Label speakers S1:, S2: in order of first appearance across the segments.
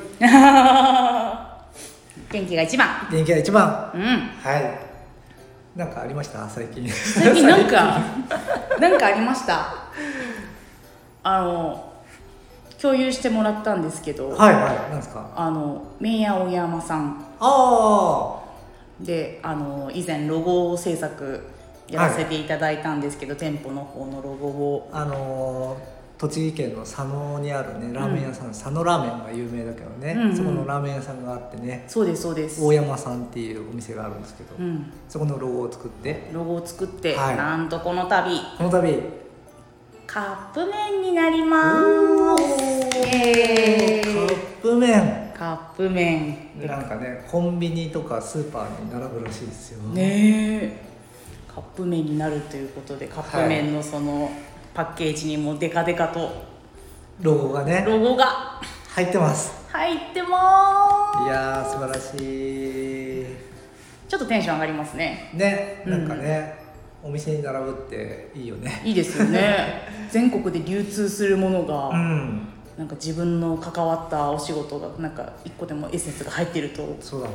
S1: 元気が一番
S2: 元気が一番
S1: うん
S2: はいなんかありました 最近
S1: 最近なん かなんかありましたあの共有してもらったんですけど、
S2: はいはいなんですか
S1: あの麺屋大山さん
S2: ああ
S1: であの以前ロゴ制作やらせていただいたんですけど、店舗の方のロゴを
S2: あのー栃木県の佐野にあるねラーメン屋さん、佐野ラーメンが有名だけどね、
S1: うんうん
S2: そこのラーメン屋さんがあってね
S1: そうですそうです、
S2: 大山さんっていうお店があるんですけど、
S1: うん、
S2: そこのロゴを作って
S1: ロゴを作って、
S2: はい
S1: なんとこの度
S2: この度
S1: カップ麺になりますイエーイ
S2: カップ麺
S1: カップ麺
S2: なんかねコンビニとかスーパーに並ぶらしいですよ、
S1: ねえカップ麺になるということでカップ麺のそのパッケージにもデカデカと
S2: ロゴがね
S1: ロゴが
S2: 入ってます
S1: 入ってま
S2: い
S1: ー
S2: やー素晴らしい
S1: すちょっとテンション上がりますね
S2: ねなんかね、お店に並ぶっていいよね
S1: いいですよ ね全国で流通するものが、
S2: うん
S1: なんか自分の関わったお仕事がなんか一個でもエッセンスが入ってると
S2: そうだ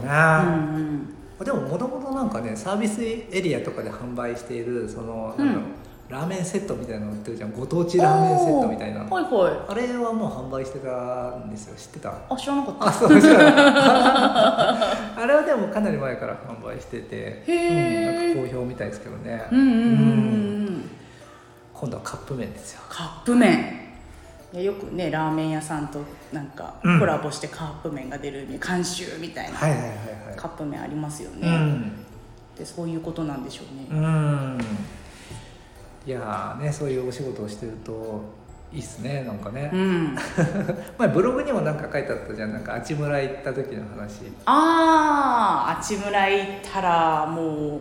S2: ね、
S1: うんうん
S2: でももともとなんかねサービスエリアとかで販売しているその、なんだろう
S1: うん
S2: ラーメンセットみたいなの売ってるじゃんご当地ラーメンセットみたいな
S1: おーはいはい
S2: あれはもう販売してたんですよ知ってた
S1: あ知らなかった
S2: あそう 知らなかったあれはでもかなり前から販売してて
S1: へー
S2: うん、なんか好評みたいですけどね、
S1: うんうんうん
S2: うん
S1: うんうん
S2: 今度はカップ麺ですよ
S1: カップ麺いやよくねラーメン屋さんとなんか
S2: うん
S1: コラボしてカップ麺が出る監修みたいな、
S2: はいはいはいはい
S1: カップ麺ありますよ
S2: う
S1: ね、
S2: ん
S1: でそういうことなんでしょうね、
S2: うんいやーねそういうお仕事をしてるといいっすねなんかね、
S1: うん、
S2: 前ブログにもなんか書いてあったじゃんなんかあちむら行った時の話
S1: あああちむら行ったらもう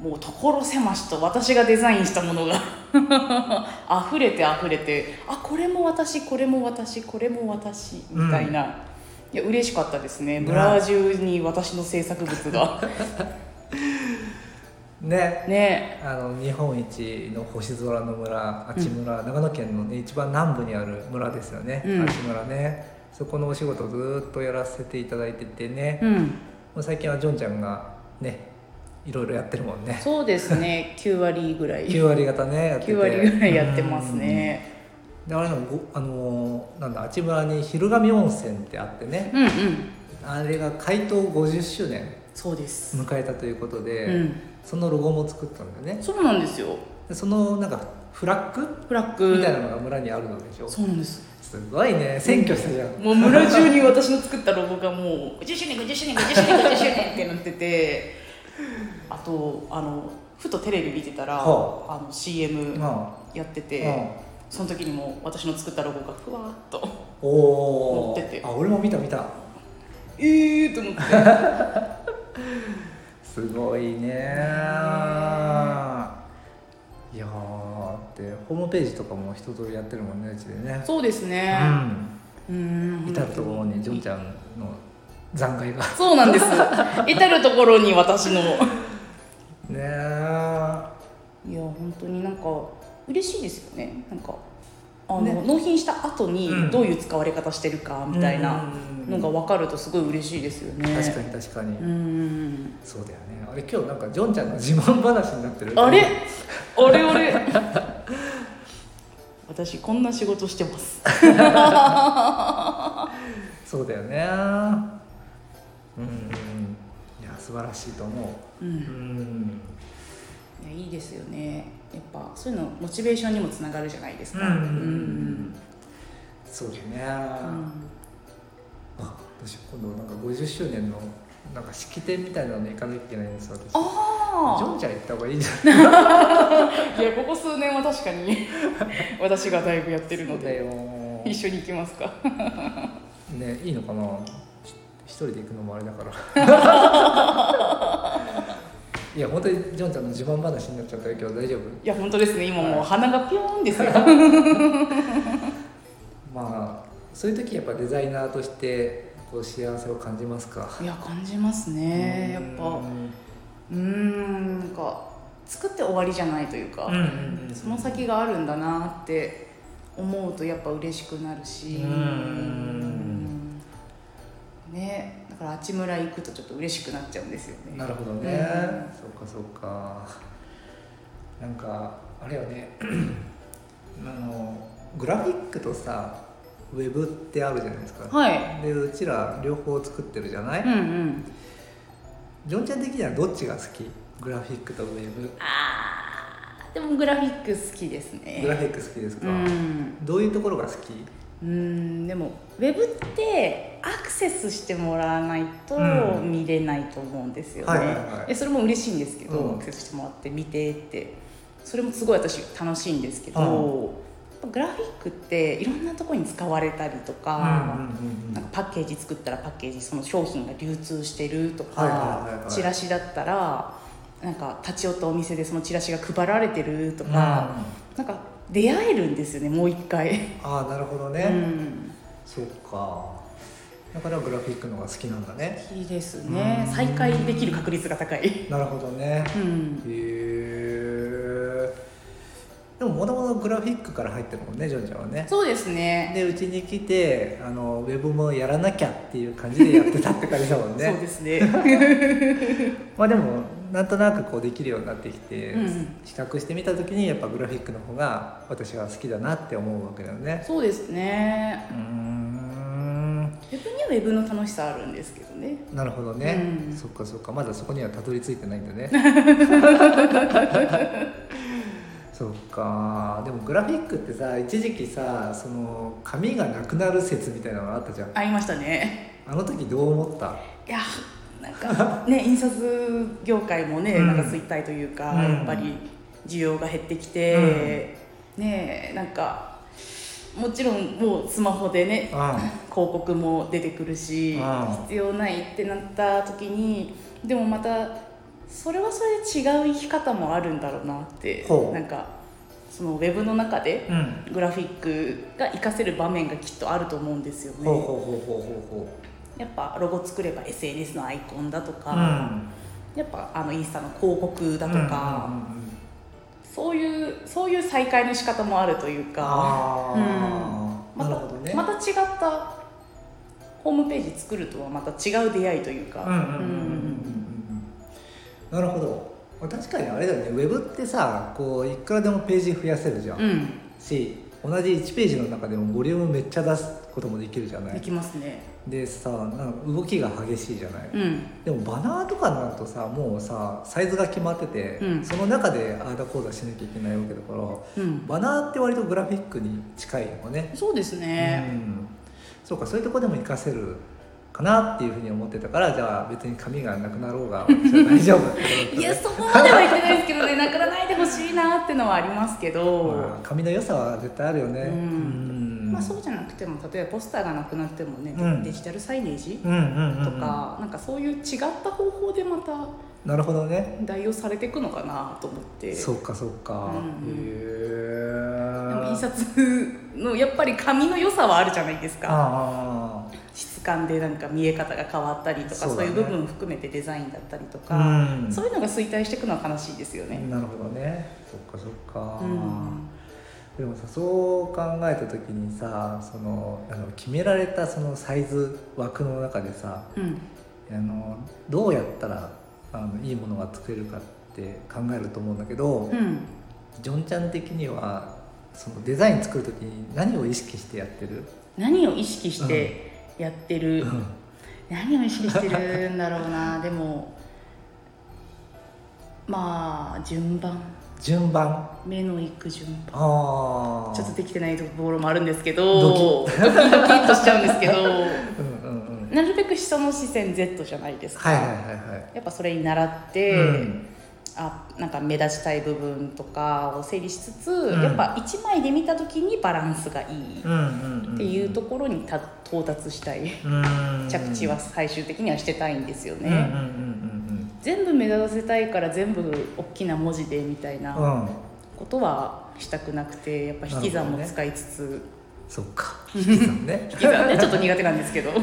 S1: もう所狭しと私がデザインしたものが 溢れて溢れてあこれも私これも私これも私みたいな、いや嬉しかったですね
S2: な
S1: ブラージュに私の制作物 が
S2: ね
S1: ね
S2: あの日本一の星空の村あちむら、長野県のね一番南部にある村ですよね、
S1: うん
S2: あちむらねそこのお仕事をずーっとやらせていただいててね、も
S1: うん
S2: う最近はジョンちゃんがねいろいろやってるもんね
S1: そうですね9割ぐらい
S2: 9割方ねやってて
S1: 9割ぐらいやってますね
S2: うんであれのごあのーなんだあちむらに昼神温泉ってあってね
S1: うんうん
S2: あれが開湯50周年
S1: そうです
S2: 迎えたということで、
S1: うん
S2: そのロゴも作ったんだよね
S1: そうなんですよ
S2: でそのなんかフラッグ
S1: フラッグ
S2: みたいなのが村にあるのでしょ、
S1: そうなんです
S2: すごいね占拠したじゃん、
S1: もう村中に私の作ったロゴがもう「10周年50周年50周年50周年」ってなっててあとあのふとテレビ見てたら、
S2: は
S1: あ、の CM
S2: う
S1: やってて、
S2: うん
S1: その時にも私の作ったロゴがふわーっと
S2: ん、おお
S1: 持ってて
S2: あ俺も見た見た
S1: えーと思って
S2: すごいねいやーってホームページとかも一通りやってるもんねうちでね
S1: そうですねう
S2: うんん至る所にジョンちゃんの残骸 が
S1: そうなんです至る所に私の
S2: ねー
S1: いや本当になんか嬉しいですよねなんかあの、
S2: ね
S1: 納品した後に
S2: うん
S1: どういう使われ方してるかみたいな
S2: うん
S1: のが分かるとすごい嬉しいですよね
S2: 確かに確かに、
S1: うん
S2: そうだよねあれ今日なんかジョンちゃんの自慢話になってる
S1: あれあれあ れ私こんな仕事してます
S2: そうだよねうんいや素晴らしいと思
S1: う
S2: ううんん
S1: いやいいですよねやっぱそういうのモチベーションにもつながるじゃないですかうん
S2: そうだね、
S1: うん
S2: あどうしよう今度なんか50周年のなんか式典みたいなのに行かなきゃいけないんですよ私ジ
S1: あ
S2: ョンちゃん行った方がいいんじゃ
S1: あいやここ数年は確かに 私がだいぶやってる
S2: ない
S1: の
S2: だ
S1: で
S2: よ
S1: 一緒に行きますか
S2: ねいいのかなひ一人で行くのもあれだからいや本当にジョンちゃんの自慢話になっちゃったけど大丈
S1: い
S2: 夫
S1: や本当ですね今もう鼻がピョーン ですよ
S2: まあそういう時やっぱデザイナーとしてこう幸せを感じますか
S1: いや感じますねやっぱう
S2: う
S1: んーんなんか作って終わりじゃないというか、
S2: うんうんうん
S1: その先があるんだなって思うとやっぱ嬉しくなるし
S2: うん
S1: うんねだからあっち村行くとちょっと嬉しくなっちゃうんですよね
S2: なるほどね、
S1: うん
S2: そっかそっかなんかあれよね あのグラフィックとさウェブってあるじゃないですか、
S1: はい
S2: でうちら両方作ってるじゃない、
S1: うんうん
S2: ジョンちゃん的にはどっちが好きグラフィックとウェブ
S1: あーでもグラフィック好きですね
S2: グラフィック好きですか、
S1: うん
S2: どういうところが好き
S1: うんでもウェブってアクセスしてもらわないと
S2: うん
S1: 見れないと思うんですよね、
S2: はいはいはい
S1: でそれも嬉しいんですけど、
S2: うん
S1: アクセスしてもらって見てってそれもすごい私楽しいんですけど、
S2: う
S1: やっぱグラフィックっていろんなところに使われたりとか,、なんかパッケージ作ったらパッケージその商品が流通してるとか、
S2: はいはいはいはい
S1: チラシだったらなんか立ち寄ったお店でそのチラシが配られてるとか、なんか出会えるんですよねもう一回。
S2: ああなるほどね、
S1: うん
S2: そっかだからグラフィックの方が好きなんだね
S1: いいですね
S2: うん
S1: 再開できる確率が高い
S2: なるほどね
S1: うん
S2: へえでももともとグラフィックから入ってるもんねジョンちゃんはね
S1: そうですね
S2: でうちに来てあのウェブもやらなきゃっていう感じでやってたって感じだもん
S1: そう
S2: ね
S1: ですね
S2: まあでもなんとなくこうできるようになってきて、
S1: うんうん
S2: 比較してみた時にやっぱグラフィックの方が私は好きだなって思うわけだよね
S1: そうですね
S2: うーん
S1: ウェブにはウェブの楽しさあるんですけどね
S2: なるほどね、
S1: うん
S2: そっかそっかまだそこにはたどり着いてないんだ ねそっかでもグラフィックってさ一時期さその紙がなくなる説みたいなのがあったじゃん
S1: ありましたね
S2: あの時どう思った
S1: いやなんかね印刷業界もね
S2: うん
S1: なんか衰退というか、
S2: うん
S1: やっぱり需要が減ってきて、ねえなんかもちろんもうスマホでね
S2: う
S1: 広告も出てくるし
S2: うん
S1: 必要ないってなった時にでもまたそれはそれで違う生き方もあるんだろうなって
S2: ほう
S1: なんかそのウェブの中で
S2: ん、うん、
S1: グラフィックが活かせる場面がきっとあると思うんですよ
S2: ほうほう
S1: ね。
S2: ほうほうほうほ
S1: やっぱロゴ作れば SNS のアイコンだと
S2: う
S1: か、やっぱあのインスタの広告だとか、
S2: うんうんうんうん
S1: そういうそういう再会の仕方もあるというか
S2: ああ、
S1: ま
S2: な
S1: た
S2: るほどね、
S1: また違ったホームページ作るとはまた違う出会いというか、
S2: うんうんうんうんうんうんなるほど確かにあれだよねウェブってさこういくらでもページ増やせるじゃん、
S1: うん
S2: し同じ1ページの中でもボリュームめっちゃ出すこともできるじゃな
S1: で
S2: い
S1: きますね
S2: でさなんか動きが激しいじゃない、
S1: うん
S2: でもバナーとかになるとさもうさサイズが決まってて、
S1: うん
S2: その中でああだこうだしなきゃいけないわけだから
S1: うん
S2: バナーって割とグラフィックに近いよね
S1: そうです
S2: う
S1: ね、
S2: ん、そうかそういうとこでも活かせるかなっていうふうに思ってたからじゃあ別に紙がなくなろう が私は大丈夫ってことだった
S1: い
S2: ね
S1: やそこまでは言ってないですけどねなくならないでほしいなってのはありますけ
S2: ま
S1: ど
S2: あ、紙の良さは絶対あるよね
S1: うん
S2: うん
S1: まあそうじゃなくても例えばポスターがなくなってもね、
S2: うん
S1: デジタルサイネージ
S2: うんうんうん
S1: とか、なんかそういう違った方法でまた
S2: なるほどね
S1: 代用されていくのかなと思って
S2: そうかそうか、
S1: うんうんでも
S2: へえ
S1: 印刷のやっぱり紙の良さはあるじゃないですか
S2: ああ
S1: 質感でなんか見え方が変わったりとか
S2: そ
S1: そうう,、
S2: だね
S1: いう部分を含めてデザインだったりとか、
S2: うん
S1: そういうのが衰退していくのは悲しいですよね。
S2: なるほどねそっかそっか、
S1: うん
S2: でもさそう考えた時にさそのあの決められたそのサイズ枠の中でさ
S1: うん
S2: あのどうやったらあのいいものが作れるかって考えると思うんだけど、
S1: うん
S2: ジョンちゃん的にはそのデザイン作る時に何を意識してやってる、
S1: 何を意識してやってる、
S2: うん
S1: 何を意識してるんだろう なでもまあ順番
S2: 順番
S1: 目のいく順番
S2: ああ
S1: ちょっとできてないところもあるんですけどドキッとしちゃうんですけど
S2: うんうんうん
S1: なるべく人の視線 Z じゃないですか、
S2: はいはいはいはい
S1: やっぱそれに習って、
S2: うん
S1: あなんか目立ちたい部分とかを整理しつつ、
S2: ん
S1: やっぱ1枚で見た時にバランスがいいっ
S2: うんうんうん
S1: ていうところにた到達したい、
S2: うん
S1: 着地は最終的にはしてたいんですよね、
S2: うんうんうん
S1: 全部目立たせたいから全部大きな文字でみたい
S2: うんう
S1: なん
S2: うん
S1: ことはしたくなくてやっぱ引き算も使いつつ、
S2: そっか引き算ね
S1: 引き算ねちょっと苦手なんですけど
S2: あ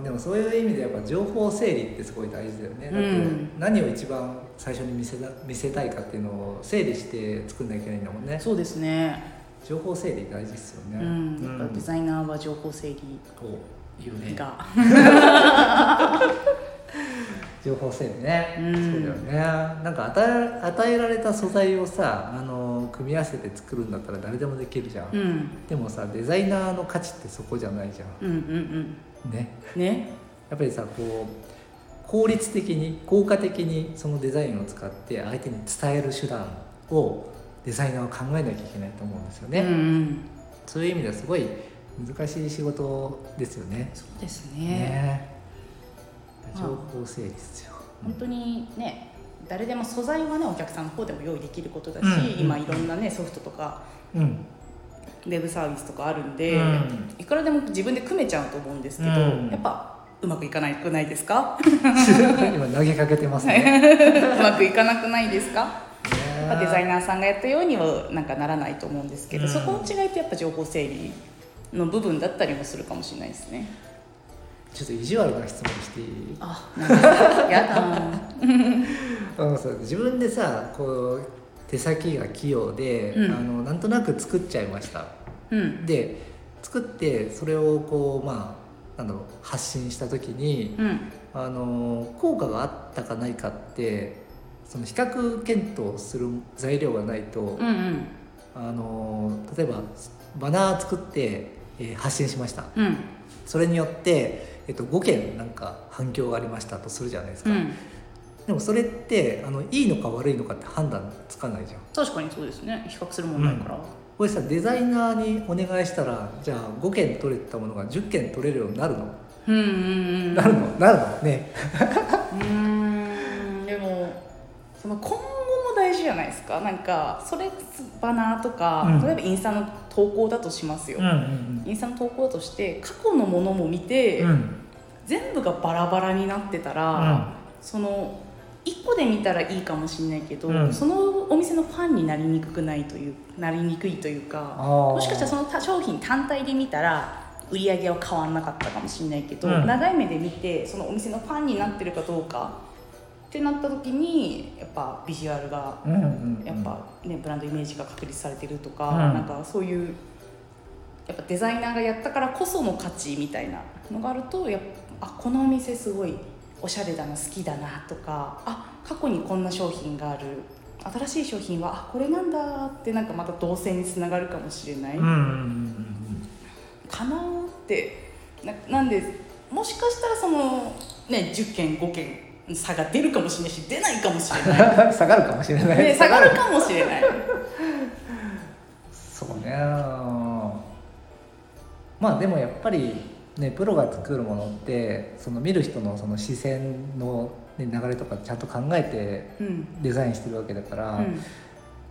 S2: ーでもそういう意味でやっぱ情報整理ってすごい大事だよね、だって
S1: うん
S2: 何を一番最初に見せた見せたいかっていうのを整理して作んなきゃいけないんだもんね
S1: そうですね
S2: 情報整理大事ですよね、
S1: うん、やっぱ
S2: うん
S1: デザイナーは情報整
S2: こういいよ
S1: 理
S2: ね
S1: が、
S2: 情報整理ね、
S1: うん
S2: そうだよねなんか与え与えられた素材をさあの組み合わせて作るんだったら誰でもできるじゃん、
S1: うん、うん
S2: でもさデザイナーの価値ってそこじゃないじゃ
S1: うんうん
S2: んね
S1: ね
S2: やっぱりさこう効率的に効果的にそのデザインを使って相手に伝える手段をデザイナーは考えなきゃいけないと思うんですよね、
S1: うんうん、
S2: そういう意味ではすごい難しい仕事ですよね
S1: そうです
S2: ね
S1: ね
S2: 情報整理ですよ、
S1: 本当にね誰でも素材はねお客さんの方でも用意できることだし、
S2: うん
S1: 今いろんなねソフトとか
S2: うん
S1: ウェブサービスとかあるんで、
S2: うん
S1: いくらでも自分で組めちゃうと思うんですけど、
S2: うん
S1: やっぱうまくいかないくないですか
S2: 今投げかけてますね。
S1: うまくいかなくないですかやっぱデザイ
S2: ナー
S1: ナーさんがやったようにはなんかならないと思うんですけど、
S2: うん
S1: そこの違いってやっぱ情報整理の部分だったりもするかもしれないですね。
S2: ちょっと意地悪な質問していい
S1: あ、なんかやだ。
S2: あのさ自分でさこう手先が器用で、
S1: うん
S2: あのなんとなく作っちゃいました
S1: うん、
S2: で作ってそれをこうまあなんだろう発信した時に、
S1: うん、
S2: あの効果があったかないかってその比較検討する材料がないと、
S1: うん、うん、
S2: あの例えばバナー作って、えー発信しました
S1: うん、
S2: それによって、えっと、5件なんか反響がありましたとするじゃないです
S1: う
S2: か、
S1: ん、
S2: でもそれってあのいいのか悪いのかって判断つかないじゃん
S1: 確かにそうですね。比較するもんないから。
S2: これさデザイナーにお願いしたらじゃあ5件取れてたものが10件取れるようになるの、
S1: うん、うん、うん。
S2: なるのなるのね
S1: うーんでもその今後も大事じゃないですかなんかそれバナーとか、
S2: うん
S1: 例えばインスタの投稿だとしますよ、
S2: ん
S1: インスタの投稿だとして過去のものも見て、全部がバラバラになってたら、その1個で見たらいいかもしれないけど、
S2: うん
S1: そのお店のファンになりにくくないというなりにくいというか
S2: あー
S1: もしかしたらその他商品単体で見たら売り上げは変わんなかったかもしれないけど、
S2: うん
S1: 長い目で見てそのお店のファンになってるかどうかってなった時にやっぱビジュアルが
S2: うんうん
S1: やっぱ、ね、ブランドイメージが確立されてるとか、
S2: うん
S1: なんかそういうやっぱデザイナーがやったからこその価値みたいなのがあるとやっぱあこのお店すごいおしゃれだな好きだなとかあ過去にこんな商品がある新しい商品はあこれなんだってなんかまた同性につながるかもしれない、
S2: うん うん
S1: かなーってななんでもしかしたらその、ね、10件5件差が出るかもしれないし出ないかもしれ な
S2: うん下がるかもしれない
S1: い、ね、下がるかもしれない。
S2: そうねまあでもやっぱりねプロが作るものってその見る人のその視線の、ね、流れとかちゃんと考え
S1: うん
S2: てデザインしてるわけだから、
S1: うん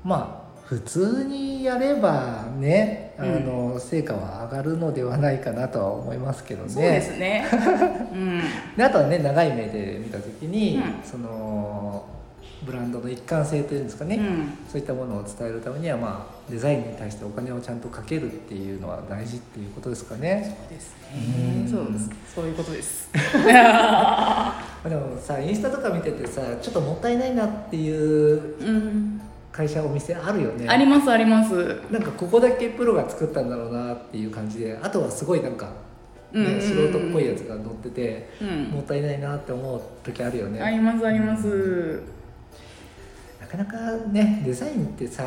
S2: まあ普通にやればねあの、成果は上がるのではないかなとは思いますけどね。
S1: そうですね。うん、
S2: であとはね長い目で見た時に、
S1: うん
S2: そのブランドの一貫性というんですかね、
S1: うん
S2: そういったものを伝えるためには、まあ、デザインに対してお金をちゃんとかけるっていうのは大事っていうことですかね。
S1: そうです
S2: うん
S1: ね。そうです。そういうことです。
S2: まあでもさインスタとか見ててさちょっともったいないなっていう
S1: うん、
S2: 会社お店あるよね。
S1: ありますあります。
S2: なんかここだけプロが作ったんだろうなっていう感じであとはすごいなんか、ね
S1: うんうんうん
S2: 素人っぽいやつが乗ってて、
S1: う
S2: も
S1: ん、
S2: ったいないなって思う時あるよね。
S1: ありますあります。
S2: なかなかねデザインってさ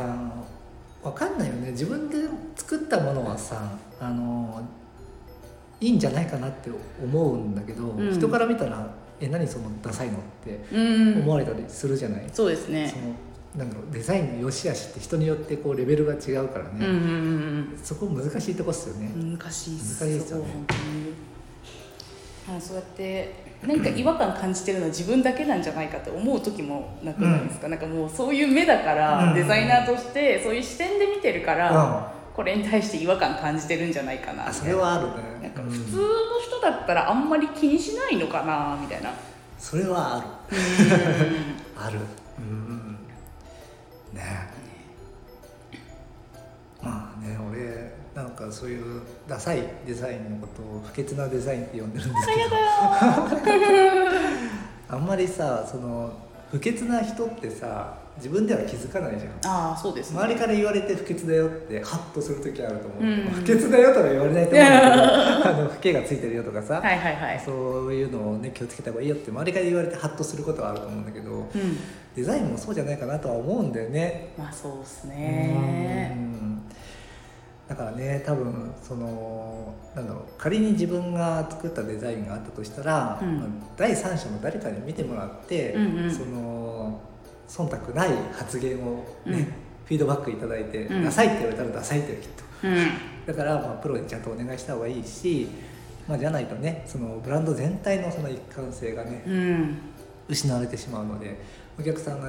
S2: わかんないよね自分で作ったものはさあのいいんじゃないかなって思うんだけど、
S1: うん
S2: 人から見たら「え何そのダサいの?」って
S1: うん
S2: 思、われたりするじゃない、
S1: そうですね
S2: そ。のなんだろうデザインの良し悪しって人によってこうレベルが違うから
S1: うんう
S2: ね、
S1: ん
S2: そこ難しいとこっすよね、
S1: うんうん。難しいっす。
S2: 難しいっすよね
S1: そこ本当にはい、そうやって何か違和感感じてるのは自分だけなんじゃないかって思う時もなくないですか、なんかもうそういう目だか
S2: うんう
S1: ら
S2: ん
S1: デザイナーとしてそういう視点で見てるから
S2: あ
S1: これに対して違和感感じてるんじゃないかなみ
S2: そ
S1: たい
S2: れ
S1: な
S2: はあるね
S1: なんか
S2: うん
S1: 普通の人だったらあんまり気にしないのかなみたいな
S2: それはある あるうんねまあね俺なんかそういうダサいデザインのことを不潔なデザインって呼んでるんです けどあんまりさその不潔な人ってさ自分では気づかないじゃん
S1: ああそうですね
S2: 周りから言われて不潔だよってハッとする時あると思う、
S1: うん
S2: 不潔だよとは言われないと思うんだけどあの不敬がついてるよとか
S1: は
S2: さ、
S1: いはいはい
S2: そういうのをね気をつけた方がいいよって周りから言われてハッとすることはあると思うんだけど
S1: うん
S2: デザインもそうじゃないかなとは思うんだよね。
S1: まあそうです
S2: う
S1: ね
S2: んだからね多分そのなんだろう仮に自分が作ったデザインがあったとしたら、
S1: うん
S2: まあ第三者の誰かに見てもらって、
S1: うんうん
S2: その忖度ない発言をね、
S1: うん
S2: フィードバックいただいて、
S1: うん
S2: ダサいって言われたらダサいってきっと
S1: うん
S2: だから、まあ、プロにちゃんとお願いした方がいいし、まあ、じゃないとねそのブランド全体のその一貫性がね
S1: うん
S2: 失われてしまうのでお客さんが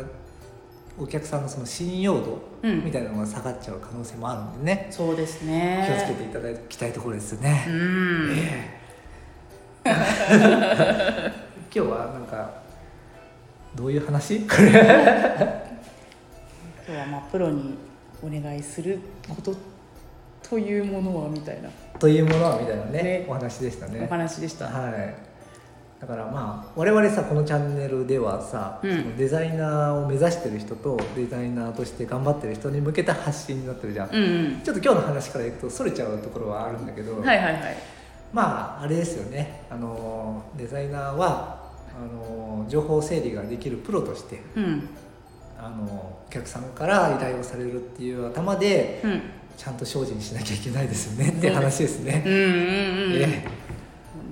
S2: お客さんのその信用度
S1: うん
S2: みたいなのが下がっちゃう可能性もあるんでね、
S1: そうです
S2: 気をつけ
S1: ね
S2: ていただきたいところですよ
S1: う
S2: ね、
S1: ん
S2: え え今日はなんかどういう話これ
S1: 今日はまあプロにお願いすることというものはみたいな
S2: というものはみたいなね
S1: ね
S2: お話でしたね
S1: お話でした、
S2: はい、だからまあ我々さこのチャンネルではさ、
S1: うん
S2: そのデザイナーを目指してる人とデザイナーとして頑張ってる人に向けた発信になってるじゃん、
S1: うんうん
S2: ちょっと今日の話からいくとそれちゃうところはあるんだけど、
S1: はいはいはい
S2: まああれですよねあのデザイナーはあの情報整理ができるプロとして
S1: うん
S2: あのお客さんから依頼をされるっていう頭で
S1: うん
S2: ちゃんと精進しなきゃいけないですよねっていう話です
S1: う
S2: ね。
S1: んうんうんデ
S2: ええ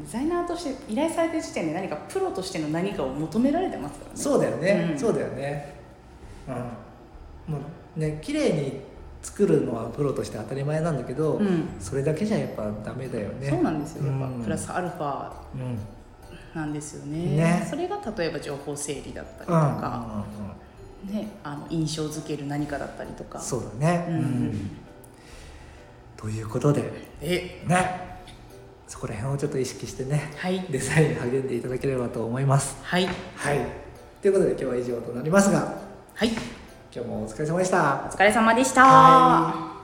S1: ザイナーとして依頼されてる時点で何かプロとしての何かを求められてますからね
S2: そうだよね、
S1: うん
S2: そうだよねうんもうね綺麗に作るのはプロとして当たり前なんだけど、
S1: うん
S2: それだけじゃやっぱダメだよね
S1: そうなんですよやっぱ、
S2: うん
S1: プラスアルファ
S2: うんうんうんうん
S1: なんですよね
S2: ね
S1: それが例えば情報整理だったりとか、
S2: う
S1: ね、あの印象付ける何かだったりとか
S2: んそうだね、
S1: うんうん
S2: ということで
S1: え
S2: ねそこら辺をちょっと意識してね
S1: はい
S2: デザインに励んでいただければと思います
S1: はい
S2: はいということで今日は以上となりますが
S1: はい
S2: 今日もお疲れ様でした
S3: お疲れ様でした。
S2: はい